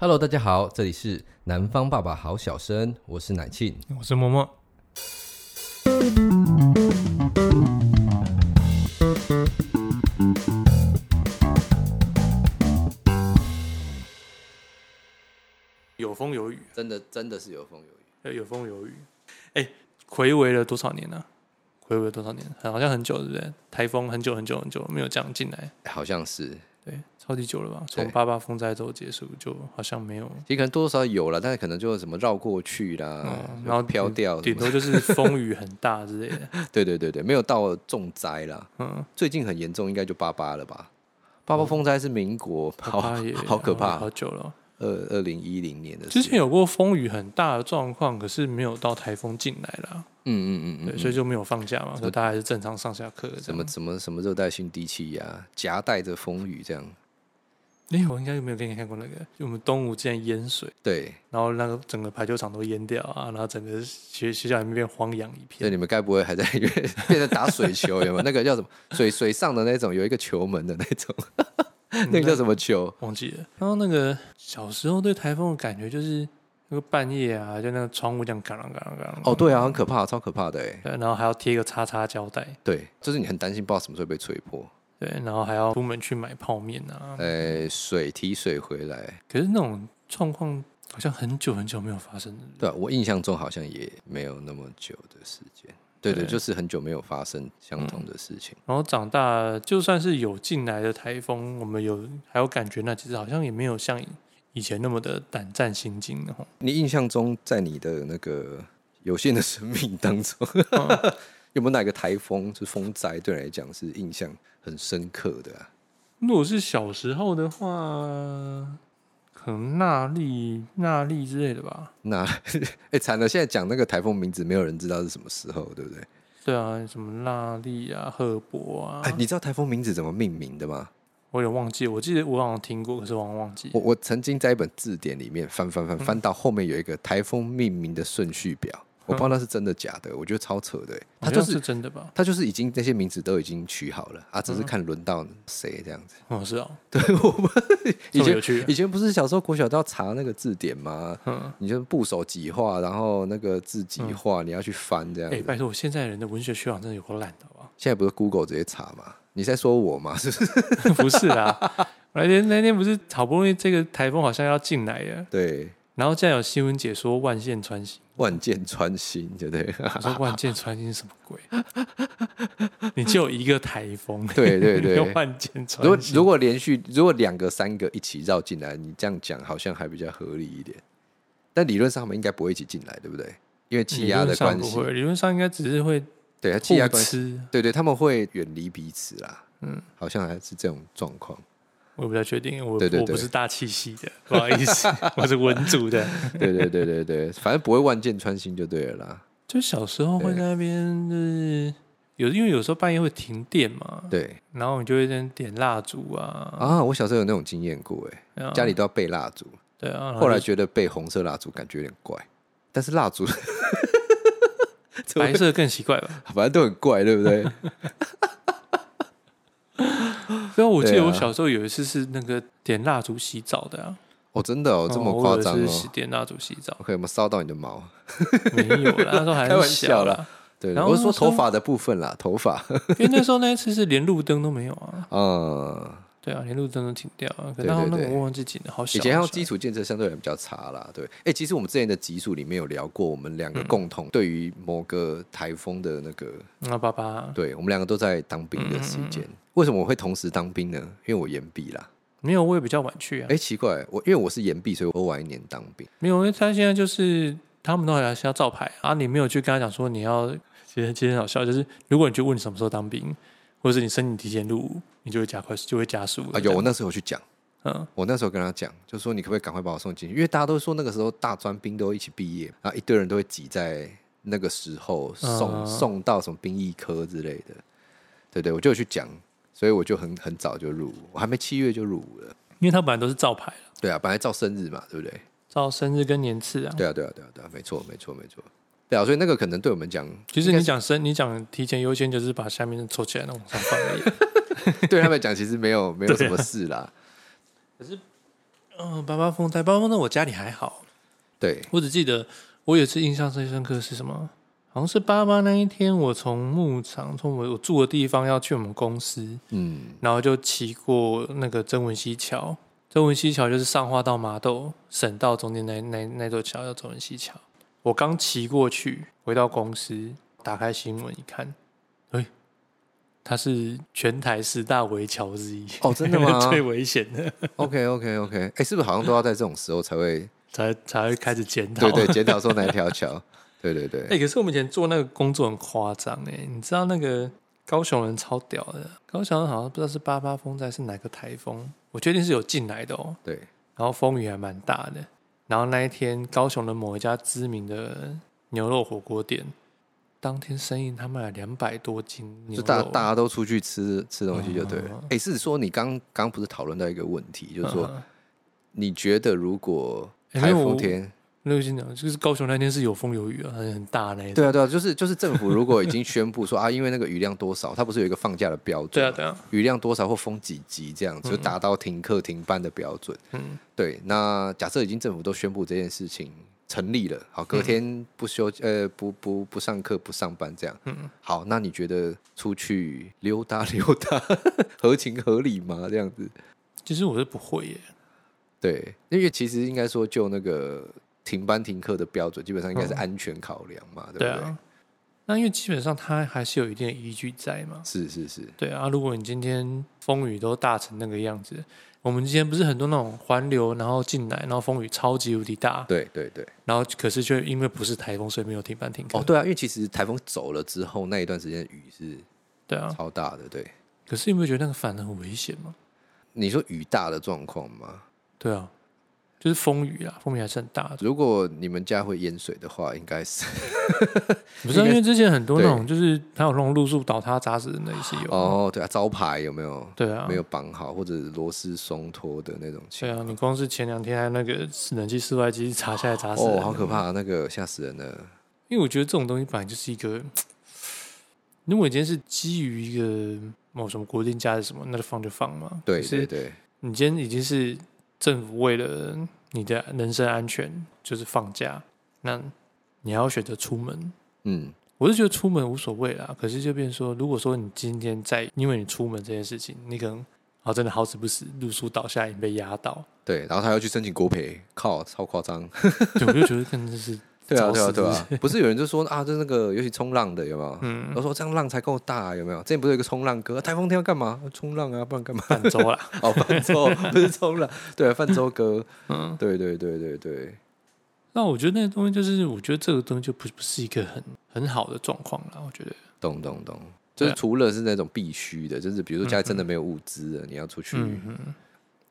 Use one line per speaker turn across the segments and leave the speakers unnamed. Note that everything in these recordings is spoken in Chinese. Hello，大家好，这里是南方爸爸好小生，我是奶庆。
我是嬷嬷。有风有雨，
真的真的是有风有雨，
呃有风有雨。哎、暌违了多少年呢、啊？暌违了多少年？好像很久，对不对？台风很久很久很久没有这样进来，
好像是，
对，超级久了吧？
对
从八八风灾之后结束，就好像没有
其实可能多少有了，但是可能就什么绕过去啦，
嗯
就
然后
飘掉什
顶
么的，
多就是风雨很大之类的。
对对对对，没有到重灾啦。
嗯，
最近很严重，应该就八八了吧？八八风灾是民国， 好
八也 嗯
好可怕
好，久了。
二二零一零年的事
之前有过风雨很大的状况，可是没有到台风进来啦，
嗯嗯嗯嗯
对，所以就没有放假嘛，所以大家还是正常上下课。
什么？什么什么热带性低气压，夹带着风雨这样。
哎、我应该有没有给你看过那个？就我们东吴之前淹水，
对，
然后那个整个排球场都淹掉啊，然后整个学学校里面变荒凉一
那
片。
你们该不会还在 变成打水球有没有？那个叫什么水水上的那种，有一个球门的那种，那个叫什么球？
嗯忘记了。然后那个小时候对台风的感觉就是那个半夜啊，就那个窗户这样嘎啷嘎啷嘎啷。
哦，对啊，很可怕，超可怕的哎。
对，然后还要贴一个叉叉胶带，
对，就是你很担心不知道什么时候被吹破。
对，然后还要出门去买泡面啊。
呃，水提水回来，
可是那种状况好像很久很久没有发生了。
对啊、我印象中好像也没有那么久的时间。对对，
对
就是很久没有发生相同的事情。
然后长大，就算是有进来的台风，我们有还有感觉，那其实好像也没有像以前那么的胆战心惊哦了吼。
你印象中，在你的那个有限的生命当中， 有没有哪个台风、就是风灾对你来讲是印象很深刻的、啊？
如果是小时候的话，可能纳莉、纳莉之类的吧。
那哎惨、了，现在讲那个台风名字，没有人知道是什么时候，对不对？
对啊，什么纳莉啊、赫伯啊，
哎、你知道台风名字怎么命名的吗？
我有点忘记，我记得我好像听过，可是我好像忘记
我。我曾经在一本字典里面翻翻翻
嗯
翻到后面有一个台风命名的顺序表，我不知道那是真的假的，我觉得超扯的、欸。它
嗯好
就
像
是
是真的吧？
它就是已经那些名字都已经取好了啊，只
嗯
是看轮到谁这样子。
哦，是哦，
对，我们以
这么
前
有趣。啊
以前不是小时候国小都要查那个字典吗？
嗯，
你就部首几画，然后那个字几画，你要去翻这样
哎、
子。
拜托，现在人的文学修养真的有够烂的，好不好？
现在不是 Google 直接查吗？你在说我吗？ 是不是？
不是啦， 我那天那天不是好不容易这个台风好像要进来了，
对，
然后竟然有新闻解说万箭穿 心，
万箭穿心， 对不 对？
我说万箭穿心是什么鬼？ 你就一个台风，
对对对
你用万箭
如果
穿心，
如果连续如果两个三个一起绕进来，你这样讲好像还比较合理一点。但理论上他们应该不会一起进来，对不对？因为气压的关
理论上
系
不，会，理论上应该只是会
对它气压
互
关系，
吃，
对对，他们会远离彼此啦。嗯，好像还是这种状 况。
我不太确定，我
对对对
我不是大气系的，不好意思， 我是文组的。
对对对对对，反正不会万箭穿心就对了啦。
就小时候会在那边就是有，因为有时候半夜会停电嘛，
对
然后你就会在那边点蜡烛啊，
啊，我小时候有那种经验过，哎，
然后
家里都要备蜡烛，
对嗯啊，然
后
就
来觉得备红色蜡烛感觉有点怪，但是 蜡烛
白色更奇怪吧？
反正都很怪，对不对？
对啊，我记
对
得
啊
我小时候有一次是那个点蜡烛洗澡的啊，
哦，真的哦，这么夸张
我有一次是
哦。
点蜡烛洗澡，
OK，我们烧到你的毛。
没有啦，那时候还
开
很
玩
小
笑
啦
啦，对，
然
我是说
后那时候
头发的部分啦，头 发，
因为那时候那一次是连路灯都没有啊，
嗯，
对啊，连路灯都停掉啊，可
对对
然后那
对
个我忘记紧了，好
以
小，
前
好
要
小
基础建设相对来比较差啦，对。哎、其实我们之前的集数里面有聊过，我们两个共同对于某个台风的那个，
嗯啊，爸爸
对我们两个都在当兵的时间。为什么我会同时当兵呢？因为我延毕啦。
没有，我也比较晚去啊
哎、，奇怪，我因为我是延毕，所以我晚一年当兵。
没有，因为他现在就是他们都还是要照牌啊，你没有去跟他讲说你要，其实其实很好笑，就是如果你去问什么时候当兵，或者是你申请提前入伍，你就会加快，就会加速
啊，有，我那时候有去讲，
嗯，
我那时候跟他讲，就说你可不可以赶快把我送进去，因为大家都说那个时候大专兵都一起毕业，然后一堆人都会挤在那个时候送、
嗯
送到什么兵役科之类的，对对，我就有去讲，所以我就很很早就入伍，我还没七月就入伍了，
因为他本来都是照牌。
对啊，本来照生日嘛，对不对？
照生日跟年次啊。
对啊，对啊，对啊，对啊，没错，没错，没错，对啊，所以那个可能对我们讲，
其实你讲生，你讲提前优先，就是把下面的抽起来那种上放而已。
对他们讲其实没有没有什么事啦，
可是，嗯、八八风灾，八八风灾我家里还好，
对，
我只记得我有一次印象最深刻是什么？好像是八八那一天，我从牧场，从我我住的地方要去我们公司，
嗯，
然后就骑过那个曾文溪桥。曾文溪桥就是上化到麻豆省道中间那那那座桥叫曾文溪桥。我刚骑过去，回到公司，打开新闻一看，哎、它是全台十大围桥之一。
哦真的吗
最危险的，
OK OK OK，哎、是不是好像都要在这种时候才会？
才才会开始检讨。
对对，检讨说哪一条 桥？对对对，
哎、可是我们以前做那个工作很夸张哎，你知道那个高雄人超屌的，高雄人好像不知道是八八风灾还是哪个台风，我确定是有进来的哦，
对，
然后风雨还蛮大的，然后那一天高雄的某一家知名的牛肉火锅店，当天生意他卖了两百多斤牛
就
肉，
大大家都出去吃吃东西就对了
嗯。
哎、是说你刚刚不是讨论到一个问题，就是说、
嗯
你觉得如果
诶
台
没有我
风天，
六斤两，就是高雄那天是有风有雨啊，很很大那一种，
对啊对啊，就是就是政府如果已经宣布说 啊，因为那个雨量多少，它不是有一个放假的标准？
对啊对啊，
雨量多少或风几级这样，就达到停课停班的标准。
嗯，
对，那假设已经政府都宣布这件事情成立了，好，隔天不休，呃，不不不上课不上班这样，嗯，好，那你觉得出去溜达溜达合情合理吗？这样子，
其实我是不会耶，
对，因为其实应该说就那个停班停课的标准，基本上应该是安全考量嘛，对不
对
对？
啊，那因为基本上它还是有一定的依据在嘛，
是是是，
对啊，如果你今天风雨都大成那个样子，我们今天不是很多那种环流，然后进来，然后风雨超级无敌大，
对对对。
然后可是却因为不是台风，所以没有停班停课。
哦，对啊，因为其实台风走了之后，那一段时间雨是
对啊，
超大的，对。
可是你不会觉得那个反而很危险吗？
你说雨大的状况吗？
对啊，就是风雨啊，风雨还是很大的。
如果你们家会淹水的话，应该是
不是啊、因为之前很多那
对
种，就是还有那种路树倒塌砸死人的也是有。
哦，对啊，招牌有没有、
对啊，
没有绑好，或者螺丝松脱的那种情
对啊，你光是前两天还那个冷气室外机砸下来砸死
况？
人
哦，好可怕、那个吓死人了。
因为我觉得这种东西本来就是一个，如果你今天是基于一个某什么国定假日什么，那就放就放嘛。
对
可
对
是
对，
你今天已经是政府为了你的人身安全，就是放假，那你还要选择出门。
嗯，
我是觉得出门无所谓啦，可是就变成说，如果说你今天在因为你出门这件事情，你可能啊真的好死不死路书倒下来，你被压倒，
对，然后他要去申请国赔，靠，超夸张。
对，我就觉得真的是
对啊
找
对啊
死
对
是不是
啊，不是有人就说啊，就是那个尤其冲浪的有没有？嗯，我说这样浪才够大、有没有？之前不是有一个冲浪哥，啊台风天要干嘛？冲浪啊，不然干嘛？
泛舟啦。
哦，泛舟 不是冲浪，对，啊泛舟哥，嗯，对对对对对，
那我觉得那个东西就是，我觉得这个东西就不不是一个很很好的状况啦。我觉得，
懂懂懂，
啊
就是除了是那种必须的，就是比如说家里真的没有物资了，你要出去，
嗯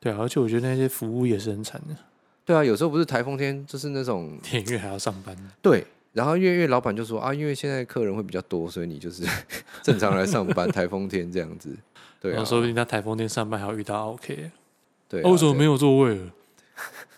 对啊，而且我觉得那些服务也是很惨的，
对啊，有时候不是台风天，就是那 种
电影院还要上班，
对。然后月月老板就说啊，因为现在客人会比较多，所以你就是 正常来上班，台风天这样 子，对
然
啊
后，说不定在台风天上班还要遇到 OK，
对啊，
哦，为什么
对
没有座位了？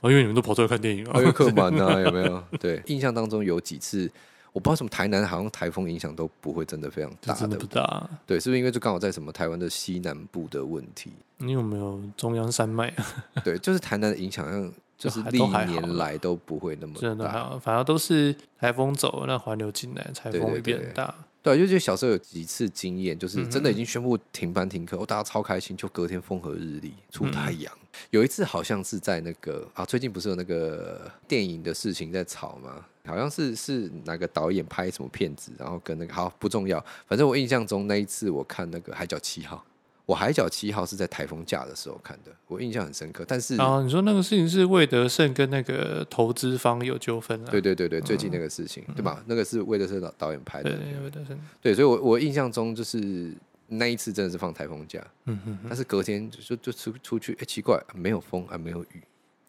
哦，因为你们都跑出来看电影
二
了。
月客满啊，有没有？对，印象当中有几次，我不知道为什么台南好像台风影响都不会真的非常
这
大
真的
的
不，大，啊
对，是不是因为就刚好在什么台湾的西南部的问题？
因为我们有中央山脉，啊
对，就是台南的影响，好像就是
都还
历
都还好
年来都不会那么
真的都还
大。
好，反正都是台风走，那环流进来，台
对
风
对
会变
对
大。
对，啊就觉得小时候有几次经验，就是真的已经宣布停班停课，哦，大家超开心，就隔天风和日丽，出太阳。有一次好像是在那个啊，最近不是有那个电影的事情在吵吗？好像是是哪个导演拍什么片子，然后跟那个好不重要，反正我印象中那一次我看那个《海角七号》，我《海角七号》是在台风假的时候看的，我印象很深刻。但是
然后你说那个事情是魏德胜跟那个投资方有纠纷啊？
对对对对，最近那个事情，对吧？那个是魏德森导导演拍的
对，，对魏德胜，
对，所以我我印象中就是那一次真的是放台风假，
嗯
但是隔天就就就出出去，哎，奇怪，啊没有风啊，没有雨。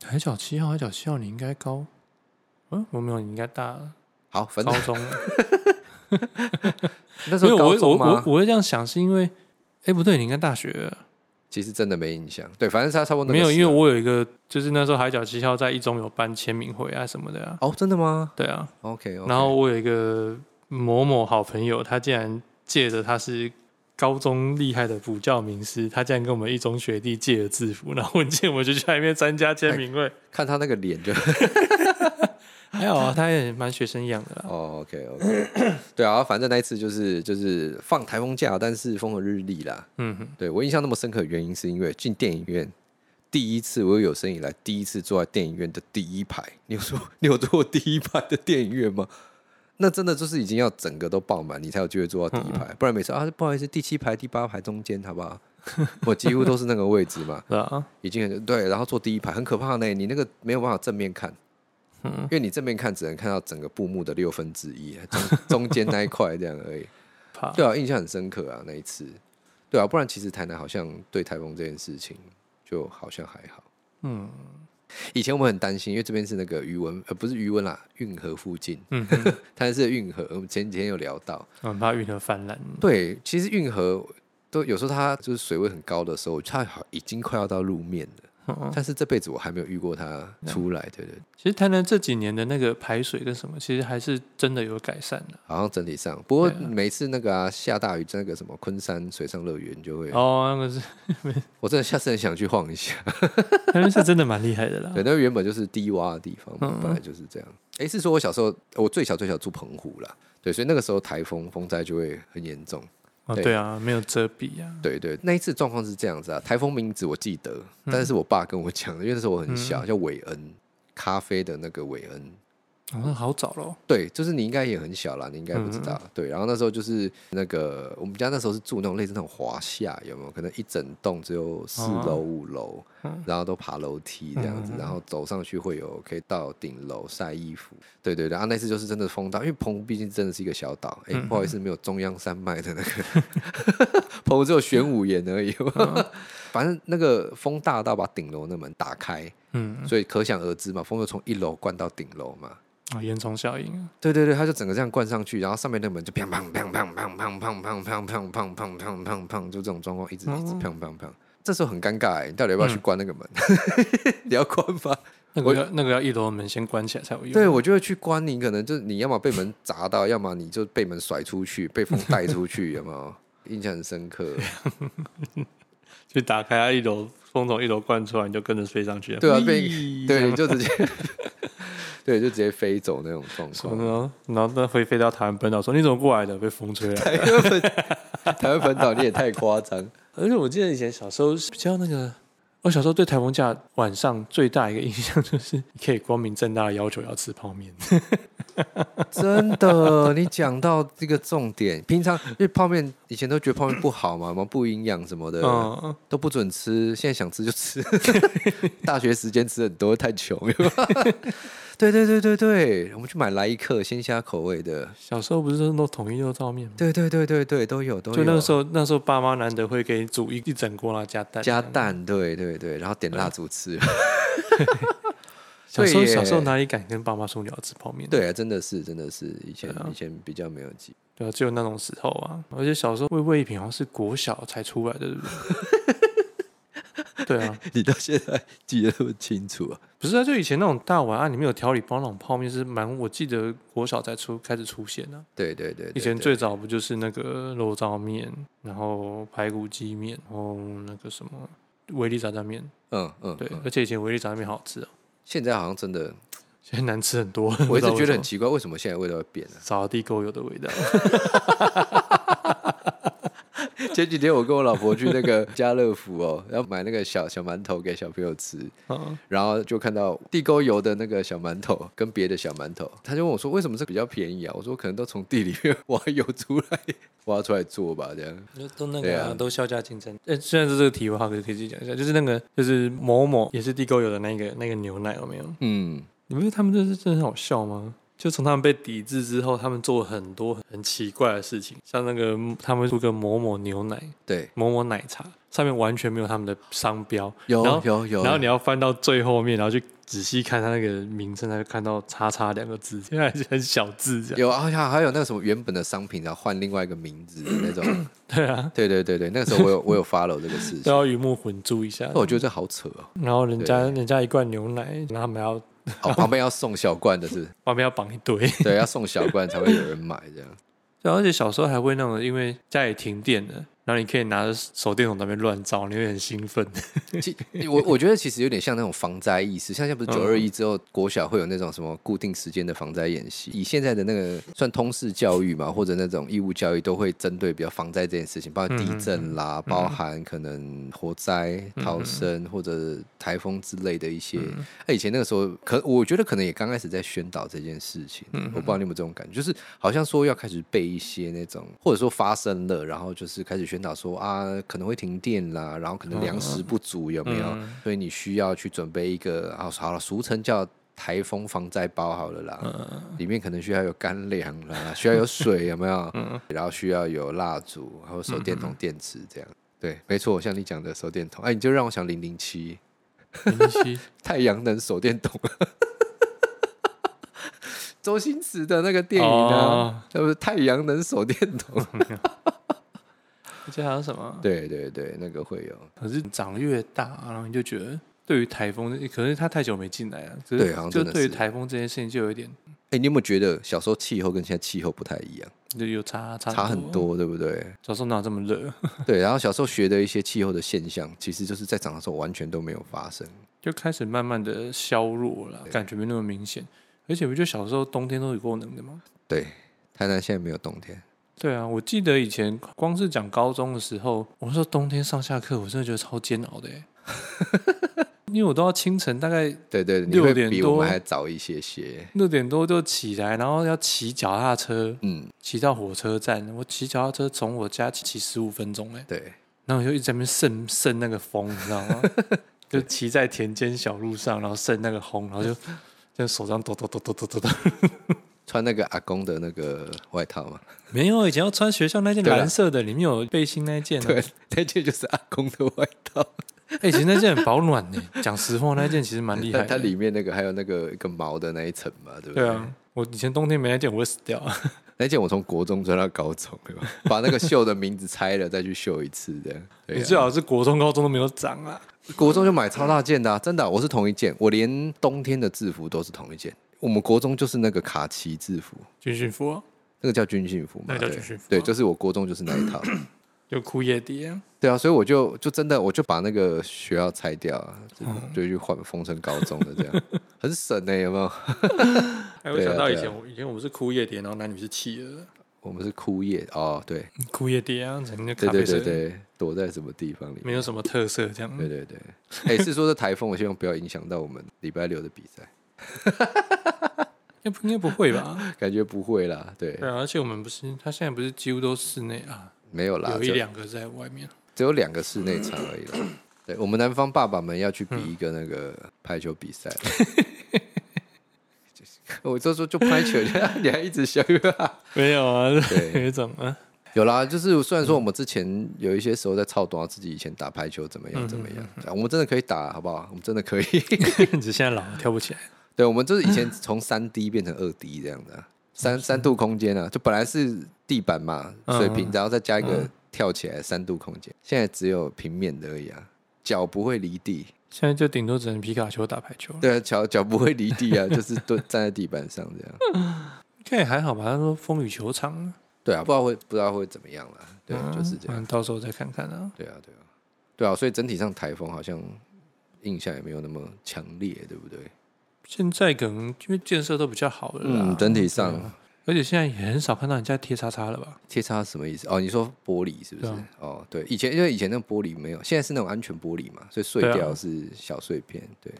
海角七号，海角七号，你应该高，嗯，我没有，你应该大
好，反
高
正
中。
那时
没有，
候高
我会我
中
我
嘛，
我会这样想，是因为，哎，不对，你应该大学了
其实真的没印象。对，反正差差不多那个啊
没有，因为
时候
我有一个，就是那时候海角七号在一中有办签名会啊什么的啊，
哦，真的吗
对啊。
？OK，, o k
然后我有一个某某好朋友，他竟然借着他是高中厉害的补教名师，他竟然跟我们一中学弟借了制服，然后文件我们就去那边参加签名会。
看他那个脸就
还好啊，他也蛮学生样的啦。
哦，OK OK，对 啊，反正那一次就是就是放台风假，但是风和日丽啦。
嗯哼，
对我印象那么深刻的原因，是因为进电影院第一次，我有生以来第一次坐在电影院的第一排。你有说你有坐 过第一排的电影院吗？那真的就是已经要整个都爆满，你才有机会坐到第一排，不然每次啊不好意思，第七排、第八排中间，好不好？我几乎都是那个位置嘛，
对啊，
已经很对，然后坐第一排很可怕呢，你那个没有办法正面看，因为你正面看只能看到整个布幕的六分之一，中中间那一块这样而已。
怕
对啊，印象很深刻啊那一次。对啊，不然其实台南好像对台风这件事情就好像还好。
嗯
以前我们很担心，因为这边是那个余文，呃，不是余文啦，运河附近，
嗯哼，
台南市的运河，我们前几天有聊到。
我很怕运河泛滥。
对，其实运河都有时候它就是水位很高的时候，它好已经快要到路面了。
嗯
但是这辈子我还没有遇过它出来，对对，
其实台南这几年的那个排水跟什么，其实还是真的有改善的、
好像整体上，不过
对啊
每次那个啊下大雨，那个什么昆山水上乐园就会，
哦，那个是
我真的下次很想去晃一下。
台南是真的蛮厉害的啦。
对，那原本就是低洼的地方嘛
嗯，
本来就是这样。诶，是说我小时候，我最小最小住澎湖啦，对，所以那个时候台风风灾就会很严重。
哦，
对
对啊，没有遮蔽啊。
对对，那一次状况是这样子啊，台风名字我记得，但
嗯
是我爸跟我讲的，因为那时候我很小，叫韦恩，咖啡的那个韦恩。
哦，那好早喽。
对，就是你应该也很小啦，你应该
嗯
不知道。对，然后那时候就是那个我们家那时候是住那种类似那种华夏，有没有？可能一整栋只有四
哦
楼、五楼，
嗯
然后都爬楼梯这样子，然后走上去会有可以到顶楼晒衣服。对对对，啊，那次就是真的风大，因为澎湖毕竟真的是一个小岛，哎、
嗯
不好意思，没有中央山脉的那个， 澎湖只有玄武岩而 已。
嗯
反正那个风大到把顶楼那门打开，
嗯，
所以可想而知嘛，风就从一楼灌到顶楼嘛。
啊，烟囱效应啊。
对对对，他就整个这样灌上去，然后上面那门就砰砰砰砰砰砰砰砰砰砰砰砰砰砰砰，就这种状况一直一直砰砰砰。这时候很尴尬、欸，你到底要不要去关那个门？ 你要关吗？
那个要那个要一楼的门先关起来才有用。
对，我就会去关你，可能就是你要么被门砸到，要么你就被门甩出去，被风带出去，有没 有？印象很深 刻。
就打开啊它一楼，风从一楼灌出来，你就跟着飞上去。
对啊，被
飞
对你就直接 对就直接飞走那种状况。
然后那会飞到台湾本岛，说你怎么过来的？被风吹来。
台湾本台湾本岛你也太夸张。
而且我记得以前小时候是比较那个，我小时候对台风假晚上最大一个印象就是， 你可以光明正大的要求要吃泡面。
真的，你讲到这个重点，平常因为泡面以前都觉得泡面不好嘛，嘛不营养什么的，
嗯，
都不准吃，现在想吃就 吃。大学时间吃很多，太穷了。 对对对对对，我们去买来一克鲜虾口味的，
小时候不是都弄统一肉燥面吗？
对对对对对，都有都有。啊
就那个时候，那时候爸妈难得会给你煮一一整锅啦，加蛋。
加蛋，对对对，然后点蜡烛吃。
小时候
对耶
小时候哪里敢跟爸妈说你要吃泡面？
对啊，真的是真的是，以前、
对啊
以前比较没有记。
对啊，只有那种时候啊。而且小时候味味品好像是国小才出来 的，对不对？对啊，
你到现在记得那么清楚啊？
不是啊，就以前那种大碗啊，里面有调理包那种泡面是蛮，我记得国小才出开始出现的、啊
对对对对
以前
对
最早不就是那个肉燥面，然后排骨鸡面，然后那个什么维力炸酱面，
嗯嗯，
对，
嗯
而且以前维力炸酱面好好吃哦，
现在好像真的
现在难吃很 多。
我一直
不
觉
知道为
得很
什么
奇怪，为什么现在味道会变呢、啊
扫地沟油的味道，
前几天我跟我老婆去那个家乐福哦， 要买那个小小馒头给小朋友吃，
嗯，
然后就看到地沟油的那个小馒头 跟别的小馒头，他就问我说：“为什么这比较便宜啊？”我说：“可能都从地里面挖油出来， 挖出来做吧，这样。
就 都那
对
个、
啊
都削价竞争。呃，虽然是这个题外话，可是可以自己讲一下，就是那个就是某某也是地沟油的那个那个牛奶有没有？”
嗯，
你不觉得他们这是真的很好笑吗？就从他们被抵制之后，他们做了很多 很奇怪的事情，像那个他们出个某某牛奶、
对，
某某奶茶，上面完全没有他们的商标，
有
然后
有有，
然后你要翻到最后面，然后去仔细看它那个名称，才会看到“叉叉”两个字， 现在还是很小字这样。
有啊，还还有那个什么原本的商品，然后换另外一个名字的那种。
对啊，
对对对对，那个时候我有我有 follow 这个事
都
情，
要鱼目混珠一下
那。我觉得这好扯哦。
然后人家人家一罐牛奶，然后他们要
哦，旁边要送小罐的是不是，
旁边要绑一 堆。啊
对，要送小罐才会有人买这样。
对，而且小时候还会那种，因为家里停电了，然后你可以拿着手电筒在那边乱照，你会很兴奋。
其我我觉得其实有点像那种防灾意识，像现在不是九二一之后，国小会有那种什么固定时间的防灾演习。以现在的那个算通识教育嘛，或者那种义务教育，都会针对比较防灾这件事情，包括地震啦，包含可能火灾、逃生或者台风之类的一些。哎，以前那个时候，可我觉得可能也刚开始在宣导这件事情。我不知道你有没有这种感觉，就是好像说要开始背一些那种，或者说发生了，然后就是开始宣导说啊，可能会停电啦，然后可能粮食不足有没有？所以你需要去准备一个啊，好了，俗称叫。台风防灾包好了啦，里面可能需要有干粮啦，需要有水有没有？然后需要有蜡烛，还有手电筒、电池这样。对，没错，像你讲的手电筒，哎，你就让我想零零七
零 七
太阳能手电筒， 周星驰的那个电影啊，那不是太阳能手电筒？
我记得还有什么？
对对对，那个会有。
可是长越大，然后你就觉得对于台风，可能他太久没进来了，可
对好像
是就
真的
对于
是
台风这件事情就有一点
哎，你有没有觉得小时候气候跟现在气候不太一样，
就有差差
差很。多，对不对？
小时候哪有这么热？
对，然后小时候学的一些气候的现象，其实就是在长大之后完全都没有发生。
就开始慢慢的削弱了，感觉没那么明显。而且我觉得小时候冬天都有够冷的嘛。
对，台南现在没有冬天，
对啊，我记得以前光是讲高中的时候，我那时候冬天上下课，我真的觉得超煎熬的欸， 因为我都要清晨大概
对对，你
六
会
点
比我
多
们还早一些些。
六点多就起来，然后要骑脚踏车
嗯，
骑到火车站。我骑脚踏车从我家骑十五分钟哎，
对，
然后我就一直在那边渗渗那个风，你知道吗？ 就骑在田间小路上，然后渗那个风，然后就就手上抖抖抖抖抖抖抖。
穿那个阿公的那个外套嘛，
没有，以前要穿学校那件
对啊
蓝色的，里面有背心那一件、啊。
对，那件就是阿公的外套。
哎、以前那件很保暖呢、讲实话，那件其实蛮厉害
它
的。
它里面那个还有那个一个毛的那一层嘛，对不
对啊，我以前冬天没那件我会死掉。
那件我从国中穿到高中，对吧 把那个绣的名字拆了再去绣一次，这样。对、
你
啊，
最好是国中、高中都没有长啊。
国中就买超大件的、啊，真的啊、我是同一件，我连冬天的制服都是同一件。我们国中就是那个卡其制服，
军训服、啊、
那个叫军训服嘛，
那个叫
对
军训服啊
对，就是我国中就是那一 套。
就枯叶蝶，
对啊，所以我就就真的我就把那个学校拆掉啊，就
嗯
就去换封成高中的这 样，很省呢、有没有？
哎，我想
对啊
到
对啊
以前我以前我们是枯叶蝶，然后男女是企鹅。
我们是枯叶哦，对
枯叶蝶啊，整个
对
咖
对
啡色，
对对，躲在什么地方里面？
没有什么特色这样。
对对对， 哎、是说这台风，我希望不要影响到我们礼拜六的比赛，
要不应该不会吧？
感觉不会啦，对，
对啊，而且我们不是，他现在不是几乎都室内啊，
没有啦，
有一
只
两个在外面。
只有两个室内场而已啦。 对我们南方爸爸们要去比一个那个排球比赛， 我就说就拍球， 你还一直笑。
没有啊，
对
有一种 啊，
有啦，就是虽然说我们之前有一些时候在操多自己以前打排球怎么样怎么样，我们真的可以打，好不好？我们真的可以。
只是现在老了跳不起来。
对，我们就是以前
啊
从三 D 变成二 D 这样的、啊，三三度空间啊，就本来是地板嘛，
嗯
水平，然后再加一个跳起来三度空间，现在只有平面的而已啊，脚不会离地，
现在就顶多只能皮卡丘打排球了。
对啊，脚脚不会离地啊，就是蹲站在地板上这样，
应该也还好吧？他说风雨球场，
对啊，不知道会不知道会怎么样啦，对啊，就是这样，
嗯，到时候再看看啊。
对啊，对啊，对啊，所以整体上台风好像印象也没有那么强烈，对不对？
现在可能因为建设都比较好了啦，
嗯，整体上
对啊而且现在也很少看到人家贴叉叉了吧？
贴擦什么意思？哦，你说玻璃是不是
对啊？
哦，对，以前因为以前那个玻璃没有，现在是那种安全玻璃嘛，所以碎
对啊
掉是小碎片。对，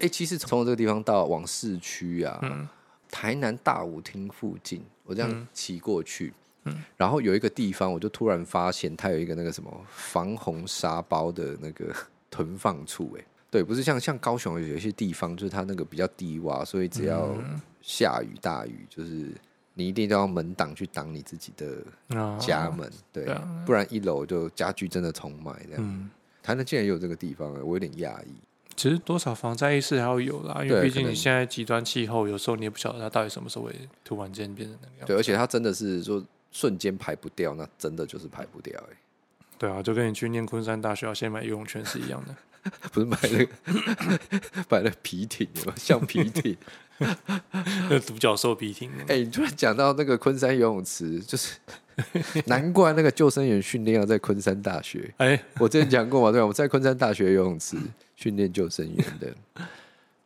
哎、其实从这个地方到往市区啊，
嗯
台南大舞厅附近，我这样骑过去，
嗯
然后有一个地方，我就突然发现它有一个那个什么防洪沙包的那个 囤放处、哎，对，不是像像高雄有一些地方，就是它那个比较低洼，所以只要
嗯
下雨大雨，就是你一定都要门挡去挡你自己的
啊，
家门，对，
对啊嗯
不然一楼就家具真的重买这样。台南竟然也有这个地方、哎我有点讶异。
其实多少防灾意识还要有啦，因为
对
毕
可
竟
能
你现在极端气候，有时候你也不晓得它到底什么时候会突然间变成那个样子。
对，而且它真的是说瞬间排不掉，那真的就是排不掉、哎，
对啊，就跟你去念昆山大学要先买游泳圈是一样的。
不是买 那个买那皮艇有没有橡皮艇。
那独角兽鼻涕，
哎、你突然讲到那个昆山游泳池，就是 难怪那个救生员训练要在昆山大学。
哎、
我之前讲过嘛，对吧？我在昆山大学游泳池训练救生员的。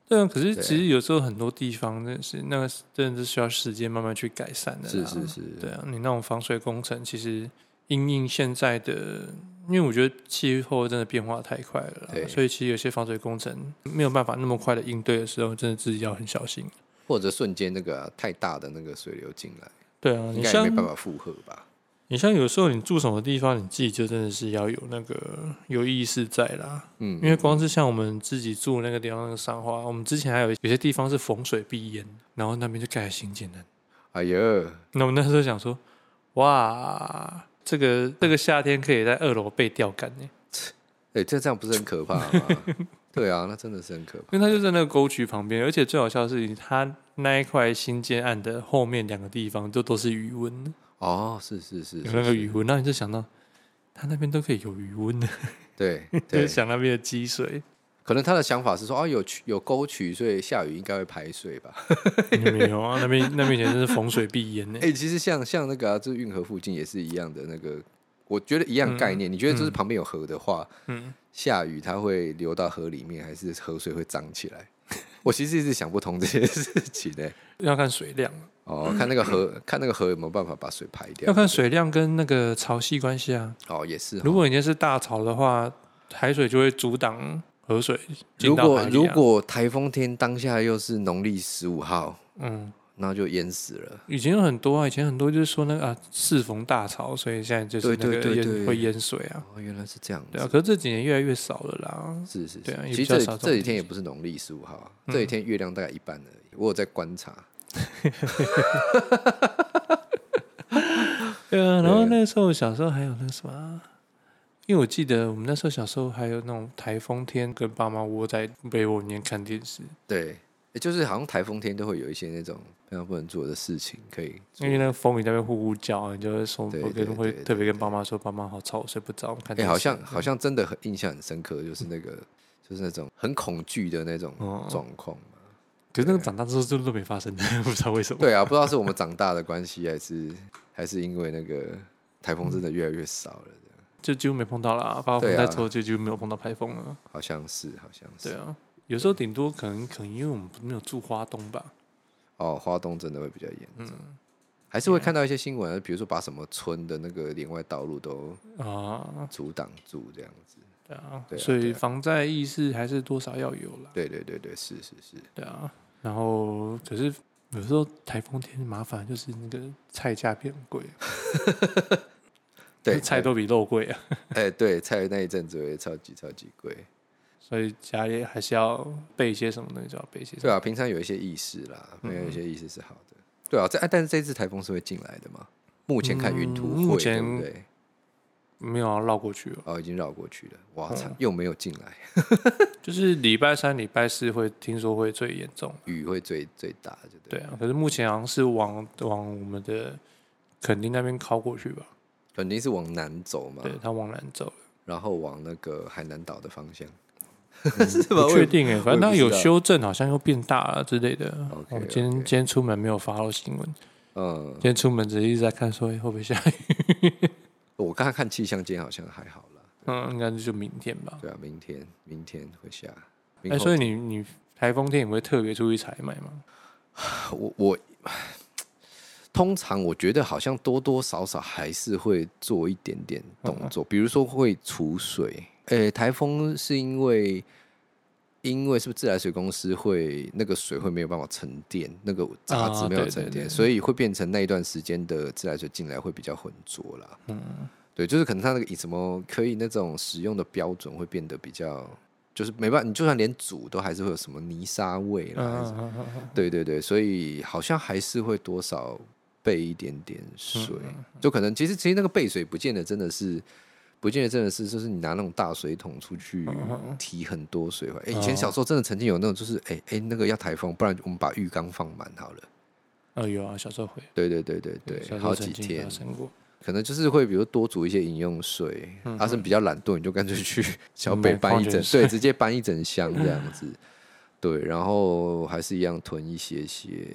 对啊，可是
对
其实有时候很多地方真的是那个真的是需要时间慢慢去改善的
是
啦。
是是，
对啊，你那种防水工程其实因应现在的，因为我觉得气候真的变化太快了啦
对，
所以其实有些防水工程没有办法那么快的应对的时候，真的自己要很小心。
或者瞬间那个啊、太大的那个水流进来，
对啊，
应
你
该也
像
没办法负荷吧？
你像有时候你住什么地方，你自己就真的是要有那个有意识在啦，
嗯，
因为光是像我们自己住那个地方那个上花，我们之前还有有些地方是逢水必淹，然后那边就盖得新建的
哎呦，
那我那时候想说，哇，这个这个夏天可以在二楼被欸吊杆呢，
哎、这这样不是很可怕 吗？对啊，那真的是很可怕。
因为它就在那个沟渠旁边，而且最好笑的是，它那一块新建案的后面两个地方就都是余温，
哦，是是是，
有
是
那个
是
余温，那你就想到它那边都可以有 余温的，
对
就
对
是，想那边的积水，
可能他的想法是说，哦，有渠有沟渠，所以下雨应该会排水吧？
没有啊，那边那边以前真是逢水必淹呢
哎、。其实像像那个、啊，就是运河附近也是一样的那个，我觉得一样概念。你觉得就是旁边有河的话，
嗯，
下雨它会流到河里面，还是河水会涨起来？ 我其实一直想不通这件事情欸呢、
要看水量，
哦，看那个河，看那个河有没有办法把水排掉？
要看水量跟那个潮汐关系啊。
哦，也是哦。
如果你今天是大潮的话，海水就会阻挡河水进
如
到
果
海里啊。
如果台风天当下又是农历十五号，
嗯，
那就淹死了。
以前有很多啊，以前很多就是说那个啊，适逢大潮，所以现在就是
对
那个
对
淹
对对
会淹水啊，
哦，原来是这样子。
对啊。可是这几年越来越少了啦，
是是是，
对啊也
其
比
实
较
这
少这种
这几天
天嗯
也不是农历十五号、啊，这几天月亮大概一半而已。我有在观察，
对啊。然
对
后
啊
那时候小时候还有那个什么啊，因为我记得我们那时候小时候还有那种台风天跟爸妈窝在被窝里面看电视，
对，也就是好像台风天都会有一些那种非常不能做的事情可以做。
因为那个风雨在那边呼呼叫，你就会说
对
会
对
跟会
对对
特别跟爸妈说，爸妈好吵，我睡不着，我们看
哎、
电视。
好像好像真的很印象很深刻，就是那个就是那种很恐惧的那种
哦
状况嘛。
可是那个长大之后就都没发生， 不知道为什么。
对啊，不知道是我们长大的关系，还是还是因为那个台风真的越来越少了，
就几乎没碰到啦，八号风
对啊
带之后就几乎没有碰到台风了。
好像是好像是。
对啊，有时候顶多可能可能因为我们没有住花东吧，
哦，花东真的会比较严重，
嗯
还
啊
是会看到一些新闻，比如说把什么村的那个连外道路都
啊，
阻挡住这样子。
对啊，
对啊
所
对
以
啊
防灾意识还是多少要有啦，
对对对对，是是是，
对啊。然后可是有时候台风天麻烦就是那个菜价变贵，
对
菜都比肉贵啊，
哎、对菜那一阵子也超级超级贵，
所以家里还是要备一些什么东西，就要备一些什
对
么。
啊，平常有一些意识啦，没有一些意识是好的，对啊，这哎但是这次台风是会进来的嘛？目前看云图
嗯
会、
目前
对不对？
没有要绕过去了，
哦，已经绕过去了，哇，
嗯
惨又没有进来，
就是礼拜三、礼拜四会听说会最严重，
雨会最最大，对不
对
对？
啊。可是目前好像是往往我们的垦丁那边靠过去吧，
肯定是往南走嘛，
对，它往南走。
然后往那个海南岛的方向，
是
吧
嗯不
我也
确定哎，
我也
反正
不
它
知
有
道
修正，好像又变大了之类的。
OK，
我今天
OK
今天出门没有发到新闻，
嗯
今，天出门只是一直在看说哎诶会不会下雨。
我刚刚看气象，今天好像还好啦。
嗯，应该就明天吧。
对啊，明天明天会下。明
哎、
后
所以你你台风天你会特别出去采买吗？
我我通常我觉得好像多多少少还是会做一点点动
嗯
作，比如说会储水。呃，台风是因为因为是不是自来水公司会那个水会没有办法沉淀，那个杂质
啊
没有
对
沉
对
淀，
对
所以会变成那一段时间的自来水进来会比较浑浊啦。嗯，对，就是可能它那个以什么可以那种使用的标准会变得比较。就是没办法，你就算连煮都还是会有什么泥沙味啦，还是
嗯嗯嗯嗯
对对对，所以好像还是会多少备一点点水，
嗯
就可能其实其实那个备水不见得真的是，不见得真的是就是你拿那种大水桶出
嗯
去提很多水回来。哎、
哦
以前小时候真的曾经有那种就是哎哎那个要台风，不然我们把浴缸放满好了。
呃，有啊，小时候会，
对对对对
小时
对，
候
好
曾
几
经
天
发，生过。
可能就是会比如多煮一些饮用水，阿生比较懒惰，你就干脆去小北
买
搬一
嗯矿泉
整，
水
对，直接搬一整箱这样 子。对，然后还是一样囤一些些，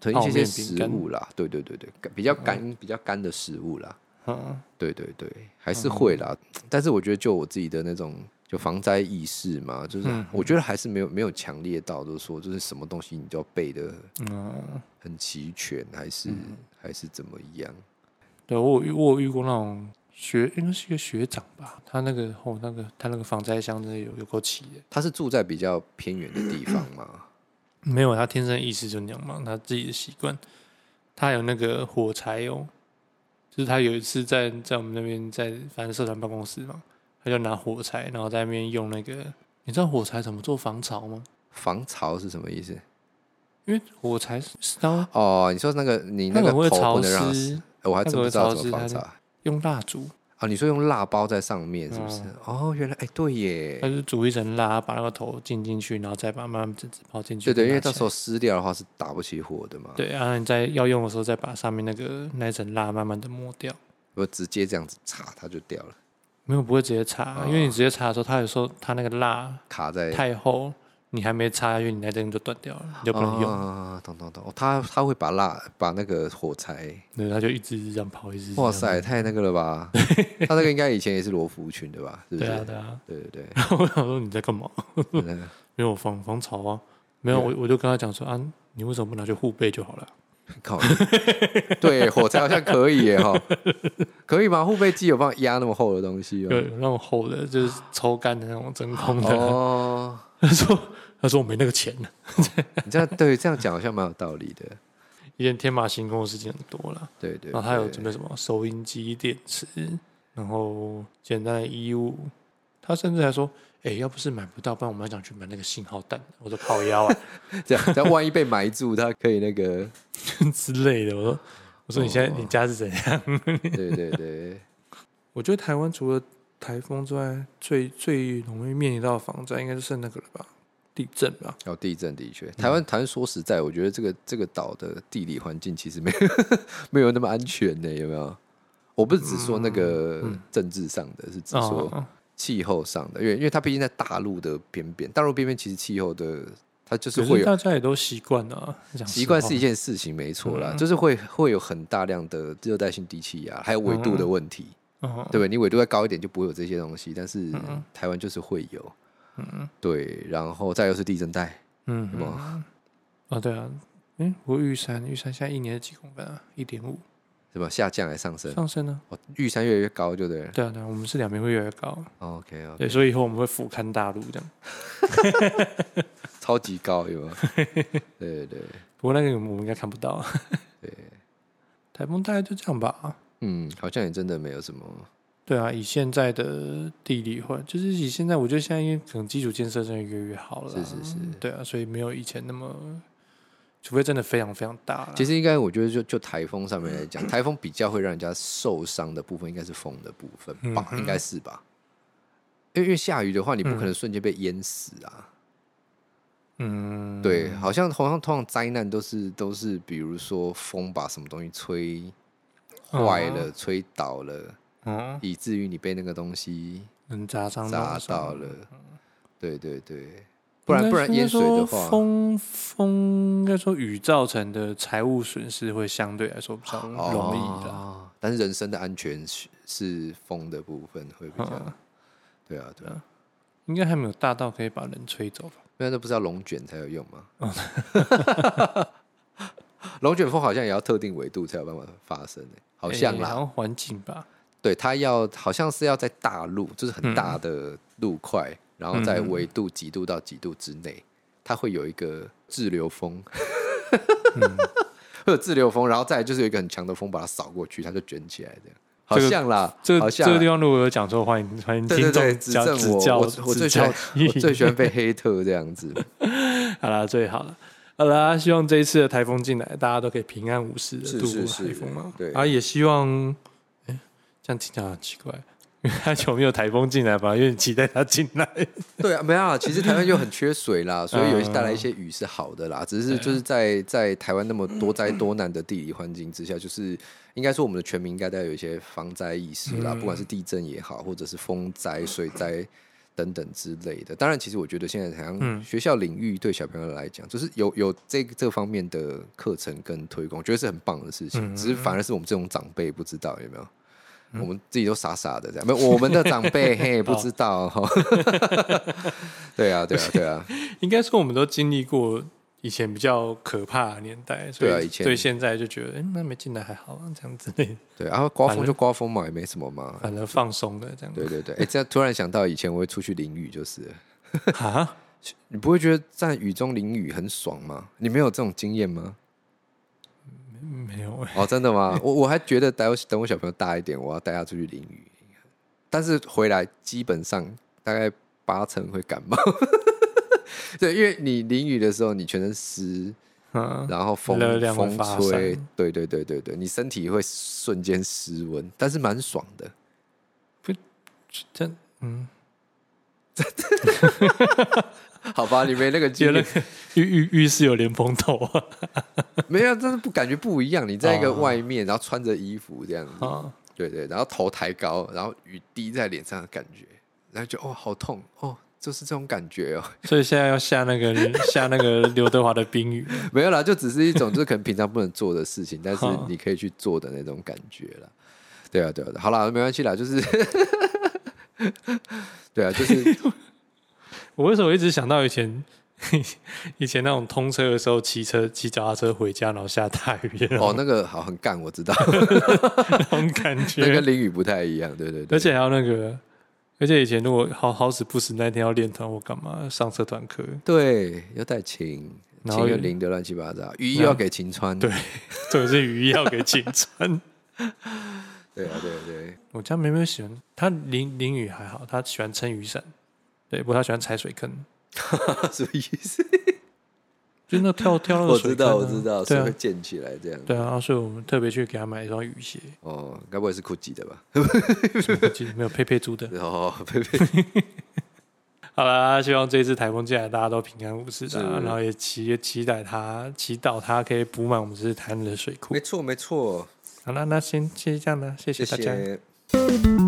囤一
泡
些些
面饼
食
干
物啦，对对对对，干比较干比较干的食物啦，
嗯，
对对对，还是会啦。但是我觉得，就我自己的那种就防灾意识嘛，就是
嗯
我觉得还是没有没有强烈到，就是说就是什么东西你都要备的
嗯
很齐全，还是还是怎么样？
对我有遇我有遇过那种学，应该是一个学长吧，他那个哦那个他那个防灾箱真的有有够齐的，
他是住在比较偏远的地方嘛，
没有他天生意识就那样嘛，他自己的习惯，他有那个火柴哦，就是他有一次在在我们那边在反正社团办公室嘛，他就拿火柴，然后在那边用那个，你知道火柴怎么做防潮吗？
防潮是什么意思？
因为火柴是是当
哦，你说那个你那
它
个
很会
头
潮
不能让它湿，
湿，
呃我还
那
真
个
不
会
知道
潮
怎
湿
么防
它就
潮
用蜡烛，
啊！你说用蜡包在上面是不是？
嗯
哦，原来哎，对耶
他，就煮一层蜡，把那个头浸进去，然后再把它慢慢整只泡进去。
对对，因为
再拿
到
起
时候湿掉的话是打不起火的嘛
来，对，然后你在要用的时候再把上面那个那一层蜡慢慢的抹掉。
我直接这样子擦它就掉了，
没有不会直接擦，
哦
因为你直接擦的时候，它有时候它那个蜡
卡在
太厚，你还没擦下去，你那针就断掉了，你就不能用。
啊，懂懂懂，哦他他会把蜡把那个火柴，
对，它就一直一直这样跑，一直一直这样
哇塞，太那个了 吧？他那个应该以前也是罗浮群的吧？是不
对
是？
啊对啊。
对对对，
然后我想说你在干嘛？
真的
没有防防潮啊，没有，我我就跟他讲说啊，你为什么不拿去护背就好了？
靠， 对，火柴好像可以耶哈，可以吗？护背机有办法压那么厚的东西哦
有
吗？
有那种厚的，就是抽干的那种真空的。
啊哦，
他说他说我没那个钱了，
你这样对这样讲好像蛮有道理的，
一件天马行空的事情很多了。
对对
然后他哦有
对
准备什么收音机、电池，然后简单的衣物。他甚至还说：“哎、要不是买不到，不然我们还想去买那个信号弹。”我说：“靠 腰啊
这样，这样万一被埋住，他可以那个，
之类的。”我说：“我
哦
说你现在、你家是怎样
对对对，？”
我觉得台湾除了台风之外，最最容易面临到的防灾应该就是那个了吧，地震吧。
哦，地震的
嗯
确，台湾台湾说实在，我觉得这个这个岛的地理环境其实没有 没有那么安全呢，有没有？我不是只说那个政治上的，是指说
嗯哦，
气候上的，因为因为它毕竟在大陆的边边，大陆边边其实气候的它就是
可
会
是
有
大家也都习惯了啊，讲实
习惯
话
是一件事情，没错啦，就是会会有很大量的热带性低气压，还有纬度的问题。
哦
对不对？你纬度再高一点就不会有这些东西，但是台湾就是会有，对，然后再又是地震带，
嗯
有没有
哦，对啊，嗯，我玉山玉山现在一年几公分啊？一点五
什么下降还上升，
上升呢、
哦，玉山越来越高就对了。
对啊，对啊，我们是两边会越来越高。
OK 啊，
对，所以以后我们会俯瞰大陆这样。
超级高有没有？对对对，
不过那个我们应该看不到。
对，
台风大概就这样吧。
嗯，好像也真的没有什么，
对啊，以现在的地理或就是以现在，我觉得现在因为可能基础建设真的越来越好了啦。
是是是。
对啊，所以没有以前那么，除非真的非常非常大啦。
其实应该我觉得就就台风上面来讲，台风比较会让人家受伤的部分应该是风的部分吧，
嗯
应该是吧？因为因为下雨的话，你不可能瞬间被淹死啊。
嗯，
对，好像好像通常灾难都是都是，比如说风把什么东西吹坏
啊
了、吹倒了，
嗯，
以至于你被那个东西
能砸伤
砸
弄伤
到了。对对对，不然不然
嗯应该
淹水
说
的话，
风风应该说雨造成的财务损失会相对来说比较容易啦。
哦。但是人身的安全是是风的部分会比较，
嗯
对啊对啊，
应该还没有大到可以把人吹走吧？
那那不是要龙卷才有用 吗？龙卷风好像也要特定纬度才有办法发生、欸，好像
诶
啦
好。像哎环境吧。
对，它要好像是要在大陆，就是很
嗯
大的路块，然后在纬度几度到几度之内，
嗯
它会有一个滞留风，
嗯
会有滞留风，然后再来就是有一个很强的风把它扫过去，它就卷起来这样，好
这个
像啦，
这
好
个
像
这个
啦
地方如果有讲错，欢迎欢迎
对
听
对对，
众
指
指教
正
指
我，
教
我我最喜
指教
欢。我最喜欢被黑特这样子，
好啦，最好了。好啦，希望这一次的台风进来，大家都可以平安无事的
是
度过
是是
台风嘛。啊
对
啊，也希望，哎，这样听起来很奇怪，因因为太久没有台风进来，反而有点期待它进来。
对啊，没有啊，其实台湾就很缺水啦，所以有一些带来一些雨是好的啦。只是就是在在台湾那么多灾多难的地理环境之下，就是应该说我们的全民应该都要有一些防灾意识啦，不管是地震也好，或者是风灾、水灾等等之类的。当然，其实我觉得现在好像学校领域对小朋友来讲，就是有有这这方面的课程跟推广，我觉得是很棒的事情。只是反而是我们这种长辈不知道有没有。我们自己都傻傻的这样，没有我们的长辈嘿不知道哦哈。对啊， 对啊，对啊，
应该说我们都经历过以前比较可怕的年代，所
对啊以前
对现在就觉得，哎、那没进来还好啊，这样之类的，
对，然后刮风就刮风嘛，也没什么嘛。
反而放松了 这样。
对对对，哎， 这样突然想到以前我会出去淋雨，就是了
啊，
你不会觉得在雨中淋雨很爽吗？你没有这种经验吗？
没有 哎、
哦，真的吗？我我还觉得等我等我小朋友大一点，我要带他出去淋雨，但是回来基本上大概八成会感冒。 对，因为你淋雨的时候，你全身湿，
嗯，
然后风
热量会
风
发
吹
散，
对对对对对，你身体会瞬间失温，但是蛮爽的。
这嗯，
好吧，你没那个
觉
经
得
历，
浴浴浴室有莲蓬头 啊，
没有，但是不感觉不一样。你在一个
哦
外面，然后穿着衣服这样子，
啊，
对对，然后头抬高，然后雨滴在脸上的感觉，然后就哦好痛哦，就是这种感觉哦。
所以现在要下那个 下那个刘德华的冰雨，
没有啦，就只是一种就是可能平常不能做的事情，但是
好
你可以去做的那种感觉啦。对啊，对啊，好啦，没关系啦，就是，对啊，就是
我为什么一直想到以前？ 以前那种通车的时候，骑车骑脚踏车回家，然后下大雨，然后
哦，那个好很干，我 知道，
那种感觉，
那跟淋雨不太一样，对对对，
而且还有那个，而且以前如果好好死不死那天要练团，我干嘛上社团课？
对又带琴，
然后
琴又淋得乱七八糟，雨衣又要给琴穿，
对特别是雨衣要给紧穿。
对啊，对啊对啊，
我家妹妹喜欢，她淋淋雨还好，她喜欢撑雨伞，对，不过她喜欢踩水坑，
什么意思？
就那跳跳那 个
我
水
知
坑啊、
道，我知道，
对
是
啊
会，溅起来这样。
对啊，所以我们特别去给她买一双雨鞋，
哦，该不会是 GUCCI 的吧？
其实没有佩佩猪的。
哦，呸呸，
好啦，希望这次台风进来，大家都平安无事的啊，
是
然后也祈期待它，祈祷它可以补满我们这次台湾的水库
没。错没错，
好啦，那先先这样啦，谢
谢
大家。
谢。